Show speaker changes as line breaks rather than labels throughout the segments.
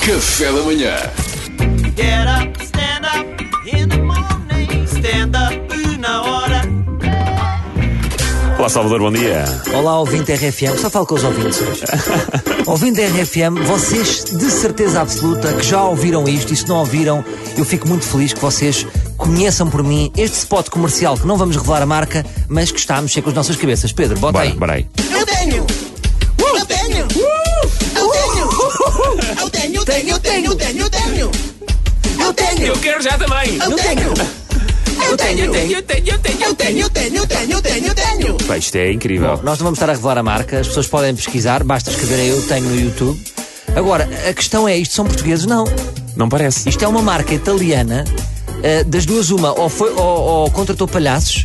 Café da manhã.
Get up, stand up in the morning. Stand up na hora.
Olá Salvador, bom dia.
Olá, ouvinte RFM, só falo com os ouvintes hoje. ouvinte RFM, vocês de certeza absoluta que já ouviram isto e se não ouviram, eu fico muito feliz que vocês conheçam por mim este spot comercial que não vamos revelar a marca, mas que está a mexer com as nossas cabeças. Pedro, bota
Bora,
aí.
bora aí.
Eu tenho! Uh! Eu tenho! Eu tenho! Eu tenho, eu tenho, eu tenho, eu tenho, eu tenho! Eu tenho! Eu quero já também! Eu tenho! Eu tenho, eu tenho, eu tenho, eu tenho, eu tenho, eu tenho, eu tenho!
Pá, isto é incrível.
Nós não vamos estar a revelar a marca, as pessoas podem pesquisar, basta escreverem eu tenho no YouTube. Agora, a questão é, isto são portugueses? Não.
Não parece.
Isto é uma marca italiana. eh, das duas, uma, ou, foi, ou, ou contratou palhaços,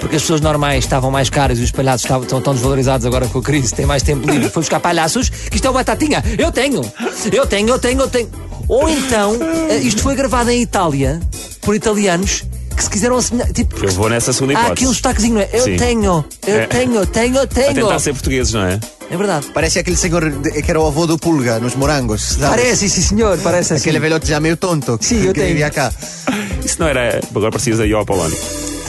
porque as pessoas normais estavam mais caras e os palhaços estavam, estão tão desvalorizados agora com a crise, têm mais tempo livre, foi buscar palhaços, que isto é uma batatinha. Eu tenho, eu tenho, eu tenho, eu tenho. Ou então, eh, isto foi gravado em Itália, por italianos, que se quiseram assemelhar. Tipo,
Eu vou nessa segunda
há
hipótese.
aqui um destaquezinho, não é? Eu
Sim.
tenho, eu
É.
tenho, tenho,
A
tenho.
tentar ser portugueses, não é?
É verdade.
Parece aquele senhor de- que era o avô do Pulga, nos morangos. sabe?
Parece, sim senhor, parece assim.
Aquele velhote já meio tonto. que-
Sim, eu
que
tenho.
vivia cá.
Isso não era. Agora precisas da Ioa Polónia.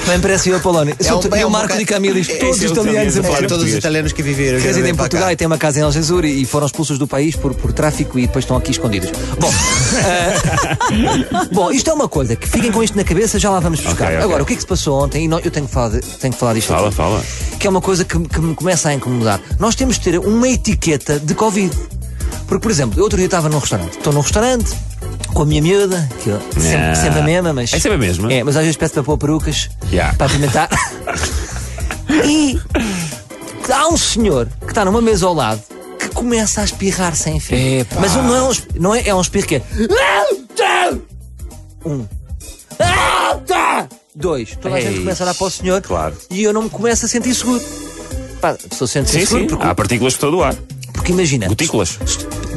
Bem, parece o Apolónio.
É
Sou
um-
tu-
é
eu
um
Marco
boca-
de Camilis,
é-
todos
esse é
os
o
italianos a
italiano.
falar
É,
Claro,
todos os
português.
italianos que viveram. já
residem
vêm
em
pra
Portugal
cá.
e têm uma casa em Algesur e, e foram expulsos do país por, por tráfico e depois estão aqui escondidos. Bom, eh, bom, isto é uma coisa que fiquem com isto na cabeça, já lá vamos buscar.
Ok, ok.
Agora, o que é que se passou ontem? E não- eu tenho que falar, de- tenho que falar disto.
Fala,
aqui,
fala.
Que é uma coisa que, que me começa a incomodar. Nós temos de ter uma etiqueta de Covid. Porque, por exemplo, eu outro dia estava num restaurante. Estou num restaurante com a minha miúda, que eu sempre,
Ah.
sempre a mesma, mas.
É sempre a mesma?
É, mas às vezes peço para pôr perucas
Yeah.
para apimentar. e há um senhor que está numa mesa ao lado que começa a espirrar sem fim.
Epá.
Mas não é um, esp- não é, é um espirro que é. Um. Dois. Toda a gente
Ei,
começa a olhar para o senhor
É claro.
e eu não me começo a sentir seguro. Pá, a pessoa sente-se
Sim,
seguro
sim. Ah,
porque,
Há partículas por todo o ar.
porque imagina.
Gotículas.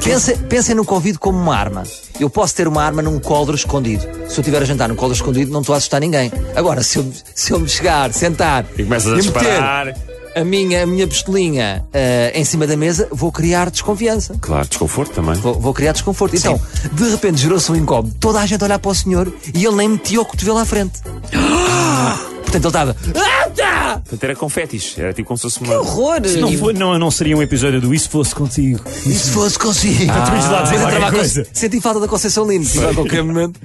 Pensem pensem no Covid como uma arma. Eu posso ter uma arma num coldre escondido. Se eu tiver a jantar num coldre escondido, não estou a assustar ninguém. Agora, se eu, se eu me chegar, sentar
E começas a
meter
disparar.
a minha, a minha pistolinha ah, em cima da mesa, vou criar desconfiança.
Claro, desconforto também.
Vou, vou criar desconforto. Então, de repente gerou-se um incómodo. Toda a gente a olhar para o senhor e ele nem metia o cotovelo à frente. Portanto, ele estava. "Ah, tá!"
Portanto, era confetis. Era tipo como se fosse uma. Que
horror!
Se não, for, não, não seria um episódio do Isso Fosse Contigo.
E se fosse consigo?
Ah,
Temos de lá
Mas
dizer
eu
qualquer
trabalho com-
coisa.
Senti falta da Conceição Lino, se vai a qualquer momento.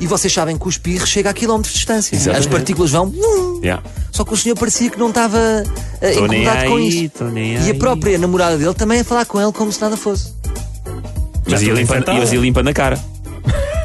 E vocês sabem que o espirro chega a quilómetros de distância.
Exatamente.
As partículas vão. num.
Yeah.
Só que o senhor parecia que não estava eh,
Tô nem
incomodado com
aí,
isto.
tô nem
E
aí.
a própria namorada dele também a falar com ele como se nada fosse.
Mas ia
estou
limpando,
infantado.
ias
tá.
ia limpando a cara.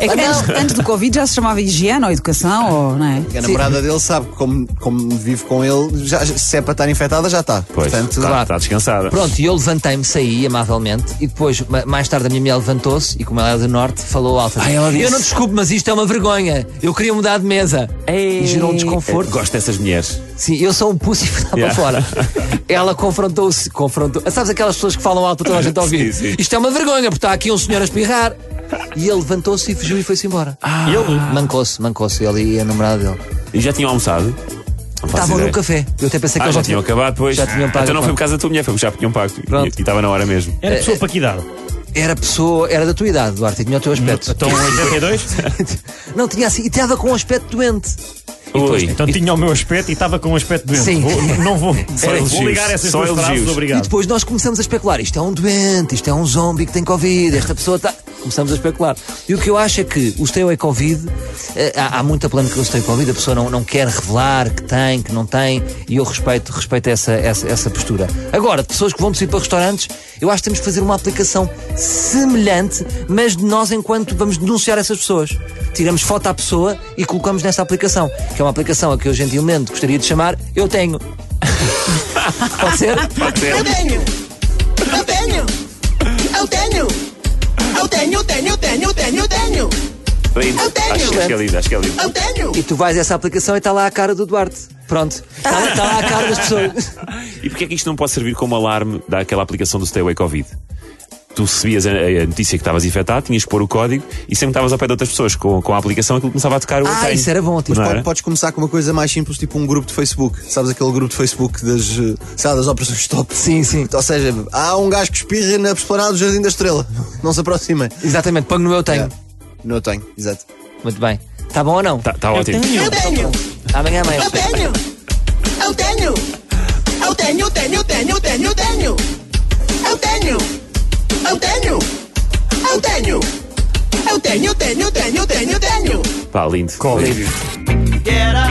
É que antes, antes do Covid já se chamava higiene ou educação, ou, não é?
E A namorada dele sabe que, como, como vive com ele, já, já- se é para estar infectada, já está.
Pois.
Portanto,
tá,
claro.
tá descansada.
Pronto, e eu levantei-me, saí amavelmente. E depois, ma- mais tarde, a minha mulher levantou-se e, como ela era do Norte, falou alta. Eu não desculpo, mas isto é uma vergonha. Eu queria mudar de mesa. E gerou um desconforto.
é, Gosto dessas mulheres.
Sim, eu sou um pussy e fui lá
Yeah.
para fora. Ela confrontou-se, confrontou. Ah, Sabes aquelas pessoas que falam alto para toda a gente a ouvir?
Sim, sim.
Isto é uma vergonha, porque está aqui um senhor a espirrar. E ele levantou-se e fugiu e foi-se embora.
Ah.
E ele?
Mancou-se, mancou-se, ele e a namorada dele.
E já tinham almoçado? Não faço
Estavam
ideia.
no café. Eu até pensei É que
Ah,
eles
já tinham acabado, pois.
Já tinham pago.
Então não foi por causa da tua mulher, foi porque já tinham pago. E-
Pronto.
E estava na hora mesmo.
Era pessoa para que idade?
Era pessoa, era da tua idade, Duarte, e tinha o teu aspecto.
Então, 82?
Não, tinha assim, e estava com um aspecto doente.
Ui.
Então tinha o meu aspecto e estava com o aspecto doente.
Sim.
Vou- não vou. vou
elogios,
ligar essas
só
duas frases,
elogios.
E
obrigado.
depois nós começamos a especular. Isto é um doente, isto é um zombie que tem Covid, esta pessoa está. Começamos a especular. E o que eu acho é que os teu é Covid, eh, há, há muita polémica com os teu é Covid, a pessoa não, não quer revelar que tem, que não tem, e eu respeito, respeito essa, essa, essa postura. Agora, de pessoas que vão decidir para restaurantes, eu acho que temos de fazer uma aplicação semelhante, mas de nós enquanto vamos denunciar essas pessoas. Tiramos foto à pessoa e colocamos nessa aplicação, que é uma aplicação a que eu gentilmente gostaria de chamar Eu Tenho. Pode ser?
Eu tenho! Eu tenho! Eu tenho! Eu tenho, tenho, tenho, tenho, tenho!
Lindo.
Eu tenho.
Acho, acho que é lindo, acho que é lindo.
Eu tenho!
E tu vais a essa aplicação e está lá a cara do Duarte. Pronto. Está lá, está lá a cara das pessoas.
E porquê é que isto não pode servir como alarme daquela aplicação do Stay Away Covid? tu recebias a, a notícia que estavas infectado, tinhas que pôr o código e sempre que estavas ao pé de outras pessoas com, com a aplicação aquilo começava a tocar o
Ah,
tenho.
isso era bom, tipo,
Não é?
pode-
era?
Podes começar com uma coisa mais simples, tipo um grupo de Facebook. Sabes aquele grupo de Facebook das, eh, sei lá, das operações stop?
Sim, sim.
Ou seja, há um gajo que espirra na esplanada do Jardim da Estrela. Não se aproximem.
Exatamente, pago no eu tenho.
Yeah. Não tenho, exato.
Muito bem. Está bom ou não?
É. Tá, tá ótimo.
Eu tenho,
Amanhã é mais.
eu tenho, eu tenho, eu tenho, eu tenho, eu tenho, eu tenho, eu tenho, eu tenho, eu tenho, eu tenho, eu tenho, eu tenho, eu tenho, eu tenho, eu tenho.
Pá, lindo.
Get up.